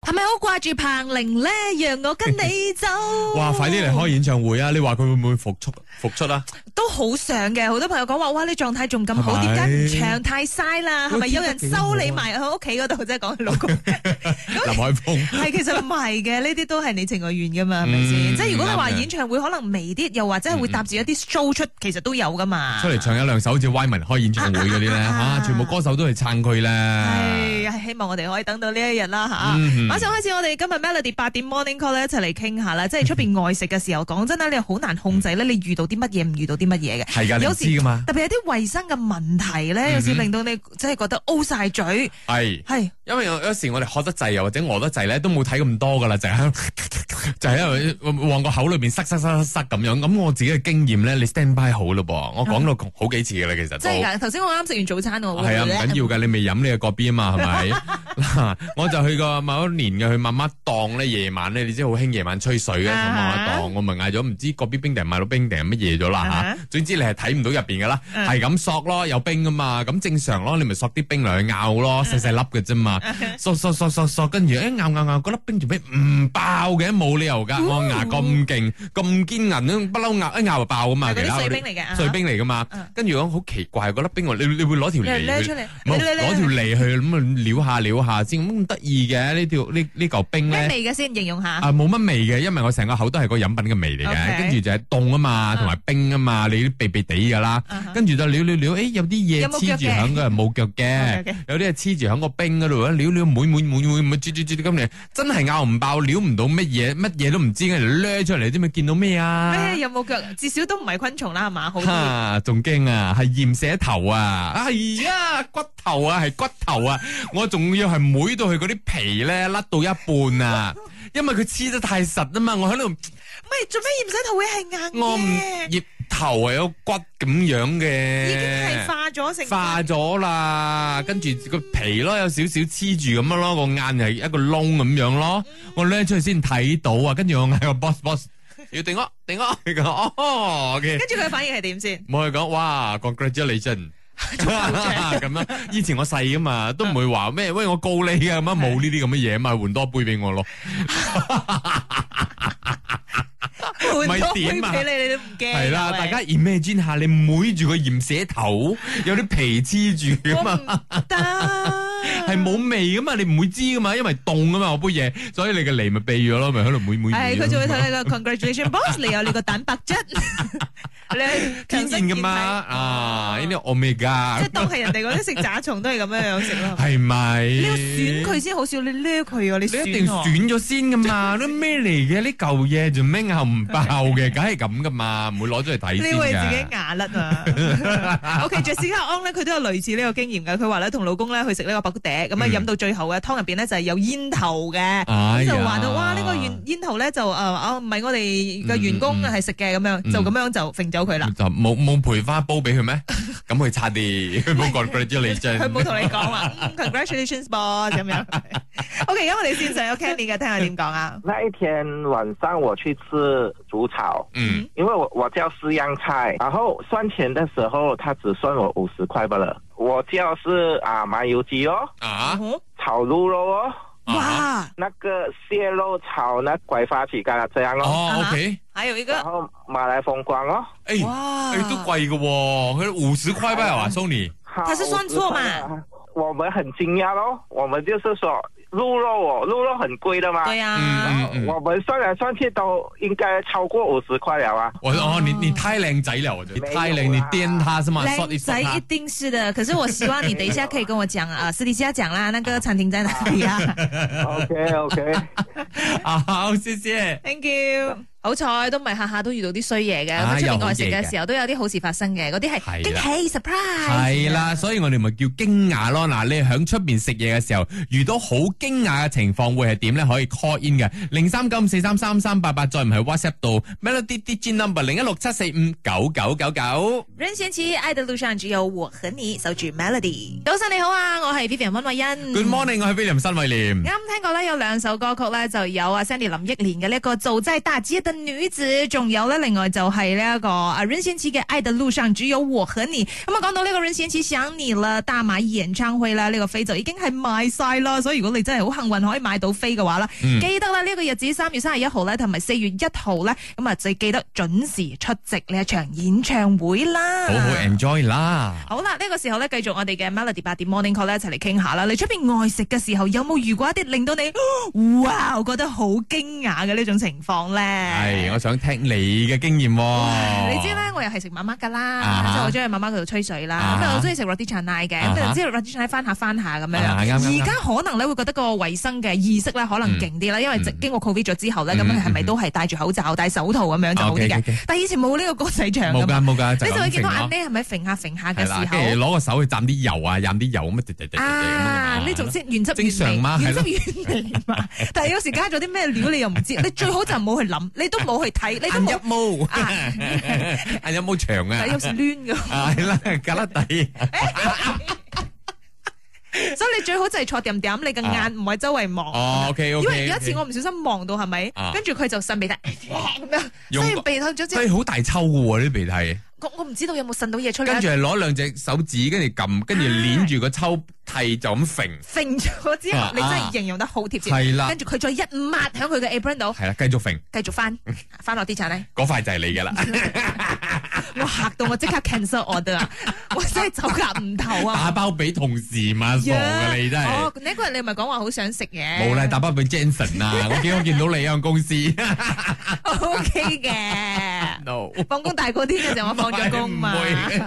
係咪好掛住彭玲咧？讓我跟你走。哇！快啲嚟開演唱會啊！你話佢會唔會復出復出啊？都好想嘅，好多朋友講話，哇！你狀態仲咁好，係咪點解唔唱太嘥啦？係咪我知有人啊收你埋喺屋企嗰度？即係講佢老公， 林 海峰。係其實唔係嘅，呢啲都係你情我願噶嘛，係咪先？嗯即係如果你話啱嘅演唱會可能微啲，又或者係會搭住一啲 show 出，其實都有噶嘛。出嚟唱一兩首好似 Y 文開演唱會嗰啲咧， 啊啊啊啊，全部歌手都係撐佢係咧。係啊希望我哋可以等到呢一日啦吓。嗯馬上開始，我哋今日 Melody 八點 Morning Call 咧一齊嚟傾下啦。即係出邊外食嘅時候，講真啦，你好難控制咧，你遇到啲乜嘢，唔遇到啲乜嘢嘅。係㗎，你唔有知噶嘛？特別係啲衞生嘅問題咧，有時嗯哼令到你即係覺得 O 晒嘴，係，係因為有有時我哋學得滯，又或者餓得滯咧，都冇睇咁多噶啦，就係 就係因為往個口裏邊塞塞塞塞塞咁樣。咁我自己嘅經驗咧，你 stand by 好咯噃，我講到好幾次噶啦，其實即都係。㗎。頭先我啱食完早餐喎，係啊，唔緊要。噶，你未飲你嘅嗰邊啊嘛，係咪？ 嗱，我就去過某一年嘅去媽媽檔咧，夜晚咧，你知好興夜晚吹水嘅，同媽媽啊哈檔，我咪嗌咗唔知嗰邊冰定係買到冰定係乜嘢咗啊啦哈吓。總之你係睇唔到入邊噶啦，嗯係咁索咯，有冰噶嘛，咁正常咯，你咪索啲冰嚟去咬啊咯，細細粒嘅啫嘛，索索索索索，跟住哎誒咬咬咬，嗰粒冰做咩唔爆嘅？冇理由㗎，我牙咁勁咁堅硬，不嬲咬一咬就爆噶嘛，係嗰其他啲嗰碎啲冰嚟嘅啊碎冰嚟噶嘛嗯，跟住講好奇怪嗰粒冰喎，你你會攞條你脷孭去出嚟，冇你攞條脷去咁啊撩下撩下先，咁得意嘅呢條呢呢嚿冰咩咧。味嘅先形容下？啊，冇乜味嘅，因為我成個口都係個飲品嘅味嚟 OK 嘅，跟住就係凍啊嘛，嗯同埋冰啊嘛，你啲鼻鼻地噶啦，啊哈跟住就撩撩撩，誒有啲嘢有冇腳黐嘅住響嘅，冇腳嘅 OK，有啲係黐住響個冰嗰度，撩撩滿滿滿滿滿，啜啜啜咁嚟，真係咬唔爆，撩唔到乜嘢，乜嘢都唔知，跟住掠出嚟，知唔知見到咩啊？咩有冇腳？至少都唔係昆蟲啦，係嘛？好啲。哈，仲驚啊，係驗寫頭啊，哎呀，骨頭啊，係骨頭啊，我仲要係妹到佢嗰啲皮咧甩到一半啊，因為佢黐得太實啊嘛，我喺度唔係做咩驗水頭會係硬我唔嘅？葉頭啊有骨咁樣嘅，已經係化咗成化咗啦，跟住個皮咯有少少黐住咁樣咯，個眼係一個窿咁樣咯，我拎出去先睇到啊，跟住我嗌個 boss boss 要定我定我，佢講哦嘅。跟住佢嘅反應係 點先？冇去講，哇，congratulation！咁樣，以前我細噶嘛，都唔會話咩，喂，我告你噶咁樣，冇呢啲咁嘅嘢嘛，換多杯俾 我咯，換多杯點啊俾你，你都唔驚啊。係啦，喂大家 imagine 下，你妹住個鹽蛇頭，有啲皮黐住噶我嘛，唔得， 係。冇味噶嘛，你唔會知噶嘛，因為凍噶嘛，我杯嘢，所以你嘅脷咪避咗咯，咪喺度妹妹。係佢就會睇你個 congratulation boss，你有你個蛋白質，你天然噶嘛，啊，呢啲 omega 哦即係當係人哋嗰啲食炸蟲都係咁樣樣食咯。係咪？你你要選佢先好笑，你掠佢啊！你你選一定我選咗先噶嘛？都咩嚟嘅？呢嚿嘢做咩咬唔爆嘅？梗係咁噶嘛，唔會攞出嚟睇你先為自己㗎。牙甩 啊！OK，Jessica On 咧，佢都有類似呢個經驗嘅。佢話咧，同老公咧去食呢個白骨笛，咁啊嗯飲到最後嘅湯入邊咧就係有煙頭嘅，哎咁呀就話到哇呢個煙煙頭咧就誒啊唔係我哋嘅員工嗯嗯係食嘅咁樣，嗯就咁樣就揈走佢啦。就冇冇培花煲俾佢咩？咁佢差啲，佢冇 congratulation。佢冇同你講話嗯，congratulations boss 咁樣。OK，而家我哋線上有 Kenny 嘅，聽下點講啊？那一天晚上我去吃煮炒，嗯，因为我我叫四样菜，然后算钱的时候他只算我五十块罢了。我叫是啊麻油鸡哦，啊，哦炒鹿肉哦，啊，哇！那个蟹肉炒那拐花起干这样哦，哦，OK，Ờ, 還有一然個後马来风光哦，誒，哇誒都貴嘅喎，佢五十塊吧啊，Sony。à, 好他是算错嘛？我们很惊讶咯，我们就是说鹿肉哦，鹿肉很贵的嘛，對 Ừ, 啊，嗯嗯嗯，我们算来算去都应该超过五十块了啊。我哦，你你太靚仔了，我覺得你太靚，沒你有啦顛他是嘛靚？short 一仔 short 一他定是的。可是我希望你等一下可以跟我講啊，私底下講啦，那個餐廳在哪裡啊 OK OK，啊， 好，謝謝。 ？Thank you。好彩都唔係下下都遇到啲衰嘢嘅，啊咁出面有外好食嘢嘅嘅時候都有啲好事發生嘅，嗰啲係係啦驚喜 surprise。系啦，所以我哋咪叫驚訝咯。嗱，你喺出面食嘢嘅時候遇到好驚訝嘅情況，會係點咧？可以 call in 嘅零三九五四三三三八八，再唔係 WhatsApp 到 Melody DJ number 零一六七四五九九九九。任賢齊《愛的路上只有我和你》，守住 Melody。早晨你好啊，我係 Vivian 温慧欣。 Good morning，我係 William 新偉廉。啱聽過咧有兩首歌曲咧，就有啊 Sandy 林憶蓮嘅呢一個《做真大姐的》，嘅女子，仲有咧，另外就係呢一個啊 r i n c i n 嘅《愛的路上只有我和你》。咁啊，講到呢個 r i n c i n 想你啦，大馬演唱會啦，呢、個飛就已經係賣晒啦。所以如果你真係好幸運可以買到飛嘅話啦，Ừ. 嗯記得啦呢、個日子三月三十一號咧，同埋四月一號咧，咁啊就記得準時出席呢一場演唱會啦。好好 enjoy 啦。好啦，呢、個時候咧，繼續我哋嘅 Melody 八點 Morning Call 咧，一齊嚟傾下啦。你出边外食嘅時候，有冇遇過一啲令到你哇，我覺得好驚訝嘅呢種情況咧？系，我想聽你嘅經驗唉喎。你知咧，我又係食媽媽噶啦，啊哈即係我中意媽媽佢度吹水啦啊，咁哈啊我中意食 roti canai 嘅，啊咁哈啊知道 roti canai 翻下翻下咁樣。啊啱啱而家可能咧會覺得個衞生嘅意識咧可能勁啲啦，因為嗯直經過 covid 咗之後咧，咁嗯佢係咪嗯都係戴住口罩、戴手套咁樣就好啲嘅 OK，OK，OK？但係以前冇呢個國際場冇㗎嘛，㗎冇㗎，你就會見到阿眼 n 係咪揈下揈下嘅係啦，時跟候住。攞個手去蘸啲油啊，飲啲油咁啊滴滴滴滴滴咁 À, 啊！啊，呢種先原汁正常原嘛味，係原汁咯原味嘛。 但係有時加咗啲咩料，你又唔知。你最好就唔好去諗， 你都冇去睇，你都眼冇一。 毛，啊眼一毛長但係啊有，時亂 㗎，啊係啦，格拉底，所以你最好就係坐掂掂，你嘅眼唔係周圍望。哦，OK Ờ, 因 OK，為有一次我唔小心望到係咪啊，跟住佢就擤鼻涕咁樣，用所以鼻涕咗之真係好大抽嘅喎呢鼻涕，後，我我唔知道有冇擤到嘢出嚟，跟住係攞兩隻手指，跟住撳，跟住捏住個抽屉就咁揈，揈咗之後啊，你真係形容得好貼切。係啦跟，住佢再一抹喺佢嘅 apron 度，係啦，繼續揈，繼續翻翻落啲茶咧。嗰塊就係你㗎啦，我嚇到我即刻 cancel order 啊！ 我真係走夾唔頭啊！打包俾同事嘛，傻呀嘅啊你真係哦，。呢個日你咪講話好想食嘢。冇 啦，打包俾 Jensen 啊！我幾好見到你啊，公司。 O K 嘅。 no，放工大過天嘅時候，我放咗工嘛 唔會。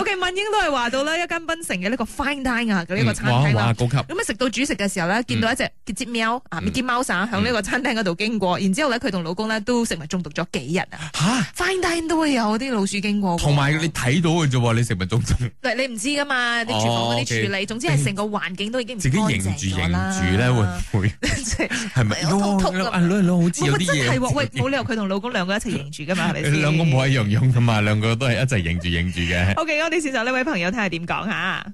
O K，文英都係話到啦，一間檳城嘅呢個 fine dine 啊嘅呢個餐廳嗯哇啦哇。高級，咁啊食到主食嘅時候咧，見到一隻傑節喵啊嗯 Mickey Mouse 啊，響呢個餐廳嗰度經過，然之後咧佢同老公咧都食物中毒咗幾日啊吓， ，fine dine 都會有啲老鼠經過喎。同埋你睇到嘅啫喎，你食物中毒，嗱，你唔知噶嘛，啲廚房嗰哦啲處理，總之係成個環境都已經唔自己乾認住淨咗認啦住 咧，會唔會即係係咪？哎呀痛痛咁啊，女女好似有冇啲乜真係喎，喂，嘢。冇理由佢同老公兩個一齊認住噶嘛，係咪先？ 兩個冇一樣樣噶嘛，兩個都係一齊認住認住嘅。 O K，我哋線上呢位朋友睇下點講啊吓。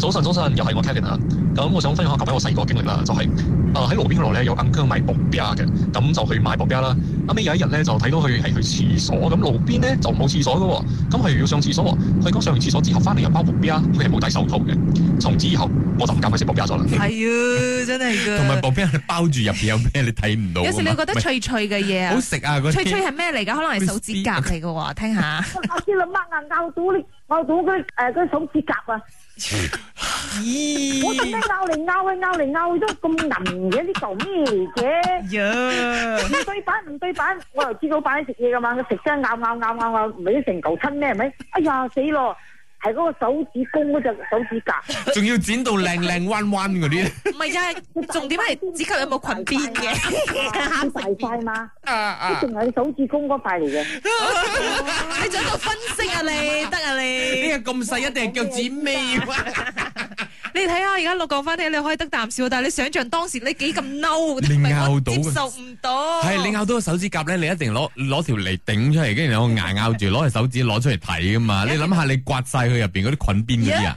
早晨，早晨，又係我 Kevin 啊！咁我想分享下近排我細個經歷啦，就係啊喺路邊嗰度咧有 uncle 賣薄餅嘅，咁就去買薄餅啦。後尾有一日咧就睇到佢係去廁所，咁路邊咧就冇廁所嘅喎，咁佢要上廁所喎。佢講上完廁所之後翻嚟又包薄餅，啊佢係冇戴手套嘅。從此以後我就唔敢去食薄餅咗啦。係啊，真係噶。同埋薄餅係包住入邊有咩你睇唔到㗎啊嘛。有時你會覺得喂脆脆嘅嘢好啊，食啊嗰脆脆啲。係咩嚟㗎？可能係手指甲嚟嘅喎，聽下。我知啦，乜啊咬到你，咬到佢诶佢手指甲啊！我咁樣咬嚟咬去，咬嚟咬去都咁腍嘅，呢嚿咩嚟嘅？呀，唔對版唔對版，我又知老闆食嘢噶嘛，佢食真咬咬咬咬咬，咪成嚿親咩？係咪？哎呀死咯！係嗰個手指公嗰隻手指甲，仲要剪到靚靚彎彎 嗰啲。唔係啊，重點係指甲有冇裙邊嘅。 好大塊嘛，啊一啊！定係手指公嗰塊嚟嘅。你仲喺度分析啊你？得啊你？呢個咁細一定係腳趾 尾喎。哦你睇下而家錄講翻聽，你可以得啖笑，但係你想象當時你幾咁嬲，你同埋我拗到接嘅受唔到。系你咬到個啊手指甲咧，你一定攞攞条嚟頂出嚟，跟住用個牙咬住，攞條手指攞出嚟睇噶嘛。你諗下，你刮晒佢入邊嗰啲菌邊嗰啲啊，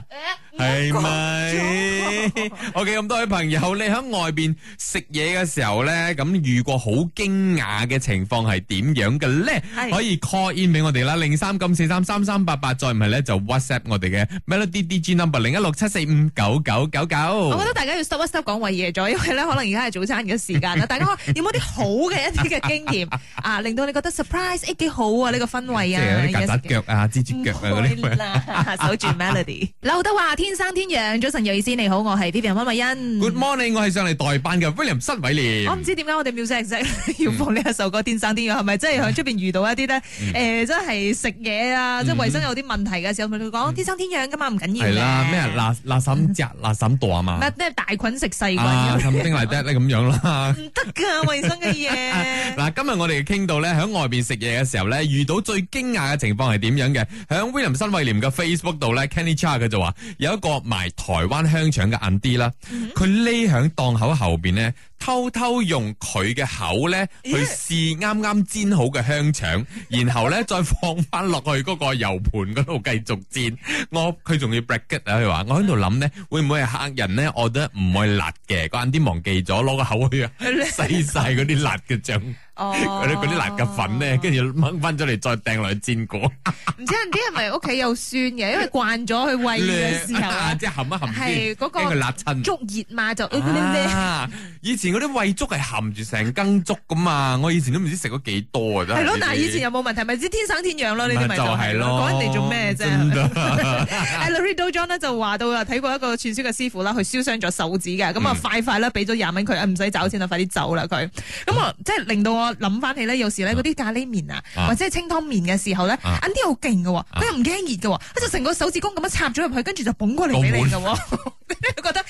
係咪？OK，咁多位朋友，你喺外邊食嘢嘅時候咧，咁遇過好驚訝嘅情況係點樣嘅咧？係可以 call in 俾我哋啦，零三九四三三三八八，再唔係咧就 WhatsApp 我哋嘅 Melody DG number 零一六七四五九九九我覺九。得大家要 stop 一 stop 講為夜咗，因為咧可能而家係早餐嘅時間 啦。大家可有冇啲好嘅一啲嘅經驗 啊，令到你覺得 surprise 誒幾好啊呢、個氛即圍係啊，有啲曱甴腳啊、蜘蛛腳啊嗰唔會啲。啦， 守住 melody。劉 德華天生天養，早晨有意思，你好，我係 Vivian 温慧欣。 Good morning，我係上嚟代班嘅 William 失偉廉。我唔知點解我哋 music 要放呢一首歌《天生天養》，係咪真係喺出邊遇到一啲咧？嗯誒，真係食嘢啊，即係衞生有啲問題嘅時候，咪會講天生天養噶嘛，唔緊要嗯係啦，嘅咩啊辣辣嬸隻、辣嬸墮啊嘛，咩咩大菌食細菌啊，咁咁丁嚟得咧咁樣啦。唔得㗎，衞生嘅嘢。 嗱，今日我哋傾到咧，喺外邊食嘢嘅時候咧，遇到最驚訝嘅情況係點樣嘅？喺 William 新威廉嘅 Facebook 度咧，Kenny Cha 佢就話有一個賣台灣香腸嘅 a n 啦，佢匿喺檔口後邊咧偷偷用佢嘅口咧去咦試啱啱煎好嘅香腸，然後咧再放翻落去嗰個油盤嗰度繼續煎。我佢仲要 bracket 啊，佢話我喺度諗咧，會唔會係客人咧 order 唔愛辣嘅，嗰眼啲忘記咗攞個口去啊洗晒嗰啲辣嘅醬，哦嗰啲嗰啲辣嘅粉咧，跟住掹翻咗嚟再掟落去煎過。，唔知人啲係咪屋企有酸嘅，因為慣咗去喂嘅時候啊 即係含一含先，係嗰個驚佢辣親。足熱嘛就啊！以前嗰啲喂粥係含住成羹粥噶嘛，我以前都唔知食咗幾多啊！真係係咯，嗱，以前有冇問題？咪知天生天養咯，呢啲咪就係係咯，講人哋做咩啫？真 㗎阿 Lorido John 咧就話到啊，睇過一個串燒嘅師傅啦，佢燒傷咗手指嘅，咁啊嗯快快啦，俾咗廿蚊佢，啊唔使找錢啦，快啲走啦佢。咁啊，即係令到我諗翻起咧，有時咧嗰啲咖喱麵啊，啊或者係清湯麵嘅時候咧，啊 ăn 啲好勁嘅喎，佢又唔驚熱嘅喎，佢就成個手指公咁樣插咗入去，跟住就捧過嚟俾你嘅喎。 你覺得，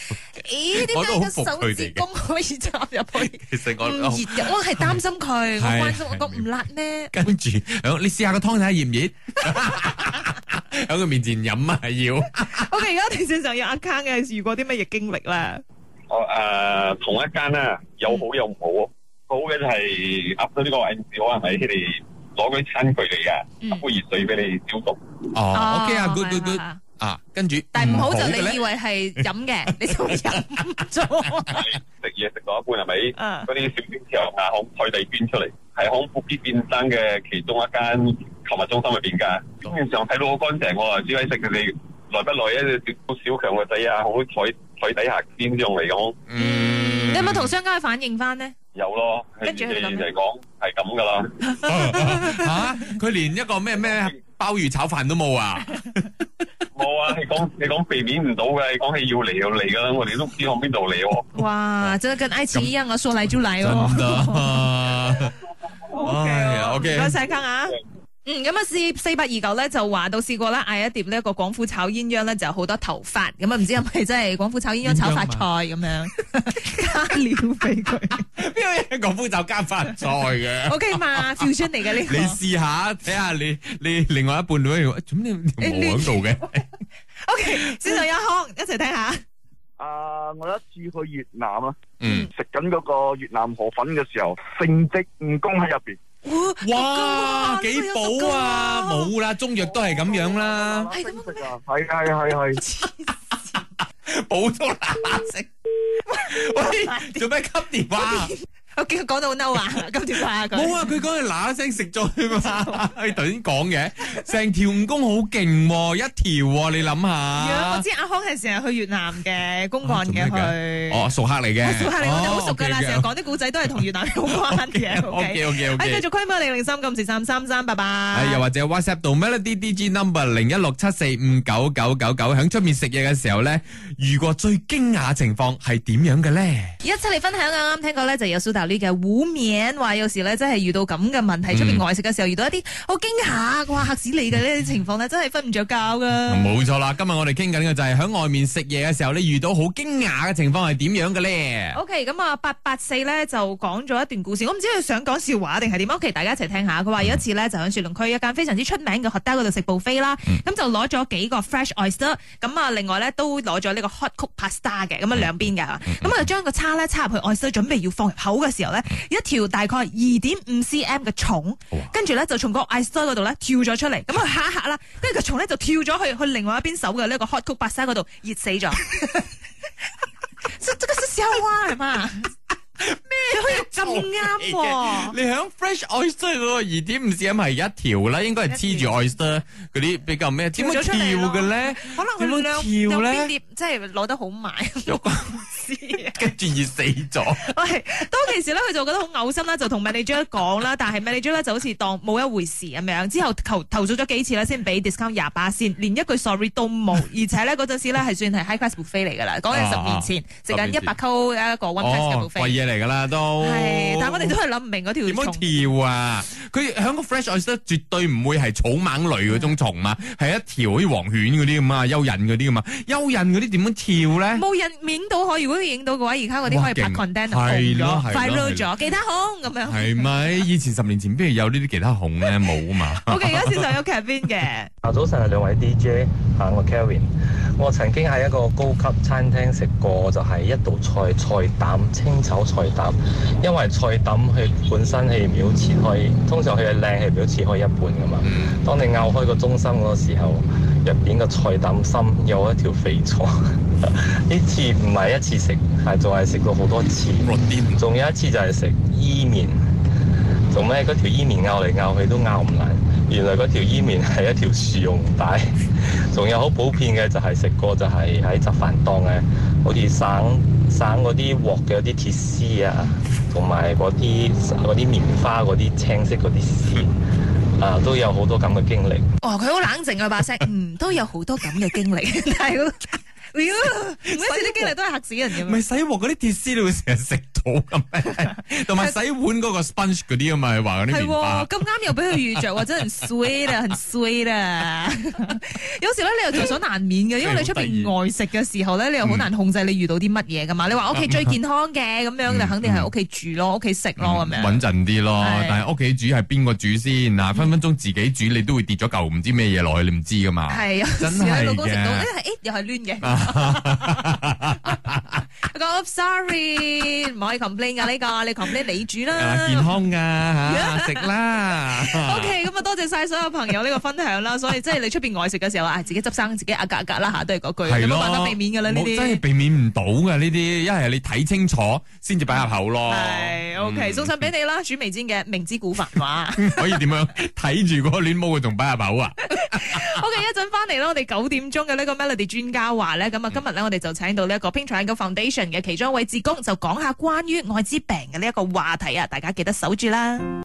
咦？點我都好解服個手佢指哋嘅公可以插入去？其實唔我熱嘅，我係擔心佢，我係關心我講係唔辣 咩？跟住， 你試下個湯睇下熱唔熱？ 喺佢面前飲啊，要 OK，而家電視上有 account 嘅，遇過啲乜嘢經歷咧？我誒、呃同一間啦，有好嗯有唔好。好嘅就係噏到呢個位置，可能係佢哋攞嗰啲餐具嚟嘅，嗯一杯熱水俾你消毒。哦，OK 啊，good good 係 good 係係啊，跟住，但係唔好就嘅你 咧哦以為係飲嘅，你就飲 咗。食嘢食到一半係咪？嗯嗰啲小啊鮮條牙孔菜地捐出嚟，係康富必變生嘅其中一間購物中心入邊㗎。表面上睇到好乾淨喎，只係食佢哋耐不耐一隻小小強個仔啊，好彩彩底下邊用嚟講你有冇同商家去反映翻呢？有咯。跟住佢佢哋哋諗嚟講係咁 㗎啦。哦吓？佢連一個咩咩鮑魚炒飯都冇啊！冇啊！你講你講避免唔到嘅，你講起要嚟就嚟㗎啦，我哋都唔知向邊度嚟喎。哇！真係跟 I 一樣，我啊說嚟就嚟真喎。 㗎。哎呀唔，OK 該晒坑啊！嗯，咁啊，四四八二九咧就話到試過啦，嗌一碟呢一個廣府炒鴛鴦咧，就有好多頭髮，咁啊唔知係咪真係廣府炒鴛鴦炒發菜咁樣 加料俾佢邊 有講夫酒加飯菜嘅？ ，OK 嘛？fusion 嚟嘅呢你個試下睇下你你另外一半女點你冇喺度嘅？ ，OK 先上一康一齊睇 下。 啊！我有一次去越南啊，嗯，食緊嗰個越南河粉嘅時候，成隻蜈蚣喺入邊。哇，幾補啊！呢個有毒㗎冇啦，中藥都係咁樣啦，係咁嘅咩啊，係係係係，補到嗱嗱聲。喂，做咩吸電話？我見佢講到好嬲啊，今條怕佢。冇啊，佢講係嗱嗱聲食咗佢嘛。佢頭先講嘅，成條蜈蚣好勁喎，一條喎，你諗呀我下。知阿康係成日去越南嘅公幹嘅啊做咩佢。哦，熟客嚟嘅，我熟下你，我哋好熟噶啦，哦，OK，OK 成日講啲古仔都係同越南有關 嘅。O K， OK，OK，OK 誒，繼續規模零零三九四三三三，拜拜哎系。又或者 WhatsApp 到 Melody DG number 零一六七四五九九九九，喺出面食嘢嘅時候咧，遇過最驚訝情況係點樣嘅咧？一齊嚟分享啊！啱聽過咧就有蘇打呢嘅糊面，話有時咧真係遇到咁嘅問題，出嗯面外食嘅時候遇到一啲好驚嚇，哇嚇死你嘅呢啲情況咧，真係瞓唔着覺噶。冇錯啦，今日我哋傾緊嘅就係喺外面食嘢嘅時候，你遇到好驚訝嘅情況係點樣嘅咧？ O K，咁啊，八八四咧就講咗一段故事，我唔知佢想講笑話定係點。O K，大家一齊聽下。佢嗯話有一次咧就喺雪隆區一間非常之出名嘅 hotel 嗰度食 buffet 啦，嗯咁就攞咗幾個 fresh oyster，咁啊另外咧都攞咗呢個 hot cook pasta 嘅，嗯咁啊兩邊嘅嚇咁啊將個叉咧插入去 oyster，準備要放入口嘅時候咧，一條大概二點五 cm 嘅蟲嗯哇，跟住咧就從個 oyster 嗰度咧跳咗出嚟，咁啊佢嚇一嚇啦，跟住個蟲咧就跳咗去去另外一邊手嘅呢個 hot cook pasta 嗰度熱死咗。這這個是笑話嚟嘛？咩？佢咁啱喎！你喺 Fresh Oyster 嗰個二點五 cm 係一條啦，應該係黐住 oyster 嗰啲比較咩？點樣跳咗出跳嚟咯嘅咧？可能佢兩點樣跳兩咧邊碟真係攞得好埋，我唔知 啊。跟住熱死咗。喂，當其時咧，佢就覺得好嘔心啦，就同 manager 講啦，但係 manager 咧就好似當冇一回事咁樣。之後投投訴咗幾次咧，先俾 discount 廿八先，連一句 sorry 都冇。而且咧嗰陣時咧係算係啊 high class buffet 嚟㗎啦，講緊十年前食緊一百溝一個 one class 嘅哦，貴 buffet。嘢嚟㗎啦都。係係但係我哋都係諗唔明嗰 點條樣蟲。跳啊？佢喺個 fresh oyster 絕對唔會係草蜢類嗰種蟲嘛，係一條好似黃犬嗰啲咁啊，蚯蚓嗰啲咁啊，蚯蚓嗰啲點樣跳咧？冇人影到可，如果影到嘅話，而家嗰啲可以拍哎哇勁 content 啊係紅咗咯係咯，viral 係咗，其他紅咁樣。係啊咪？以前十年前邊有呢啲其他 孔咧？冇啊嘛。 OK，而家先上咗劇邊 嘅。啊，早晨啊，兩位 DJ，啊，我 Kelvin，我曾經喺一個高級餐廳食過，就係、一道菜菜膽清炒菜膽，因為菜膽佢本身係唔要切開，通常佢嘅靚係唔要切開一半噶嘛。當你咬開個中心嗰個時候，入邊個菜膽心有一條肥腸。 呢次唔係一次食，係仲係食過好多次。仲有一次就係食伊麵，做咩嗰條伊麵咬嚟咬去都咬唔爛，原來嗰條伊麵係一條樹蓉帶。仲有好普遍嘅就係食過就係喺雜飯檔嘅，好似省省嗰啲鑊嘅嗰啲鐵絲啊，同埋嗰啲嗰啲棉花嗰啲青色嗰啲絲啊，都有好多咁嘅經歷。哦，佢好冷靜啊把聲， 嗯，都有好多咁嘅經 歷，但係嗰每一次啲經歷都係嚇死人咁咪樣。洗鑊嗰啲鐵絲你會成日食到咁 咩？同埋洗碗嗰個 sponge 嗰啲啊嘛，話嗰啲嗯係棉花喎，咁。啱又俾佢遇着喎， 真係很 sweet 啊，很 sweet 啊！有時咧，你又在所難免嘅，因啊為你出邊外食嘅時候咧，你又好難嗯控制你遇到啲乜嘢噶嘛。你話屋企最健康嘅咁樣，就嗯肯定係屋企住咯，屋企食咯咁樣。穩陣啲咯係，但係屋企煮係邊個煮先嗱？分分鐘自己煮你都會跌咗嚿唔知咩嘢落去，你唔知噶嘛。係有時啊真喺係老公食到，誒誒嘅又係 攣嘅。我講 sorry，唔可以 complain 噶呢個，你 complain 你煮啊健啦。康噶吓，食啦。 O K，咁啊，多謝晒所有朋友呢個分享啦。所以即係你出邊外食嘅時候啊，自己執生，自己啊格格啦吓，都係嗰句，係有咯冇辦法避免噶啦呢冇真係啲。避免唔到噶呢啲，一係你睇清楚先至擺入口咯。嗯係 O K，送上俾你啦，煮味煎嘅明知故犯話。可以點樣睇住嗰個戀毛仲擺入口啊？ OK，一陣翻嚟啦，我哋九點鐘嘅呢個 Melody 專家話咧，咁啊今日咧我哋就請到呢一個 Pink Triangle Foundation 嘅其中一位志工，就講下關於艾滋病嘅呢一個話題啊，大家記得守住啦。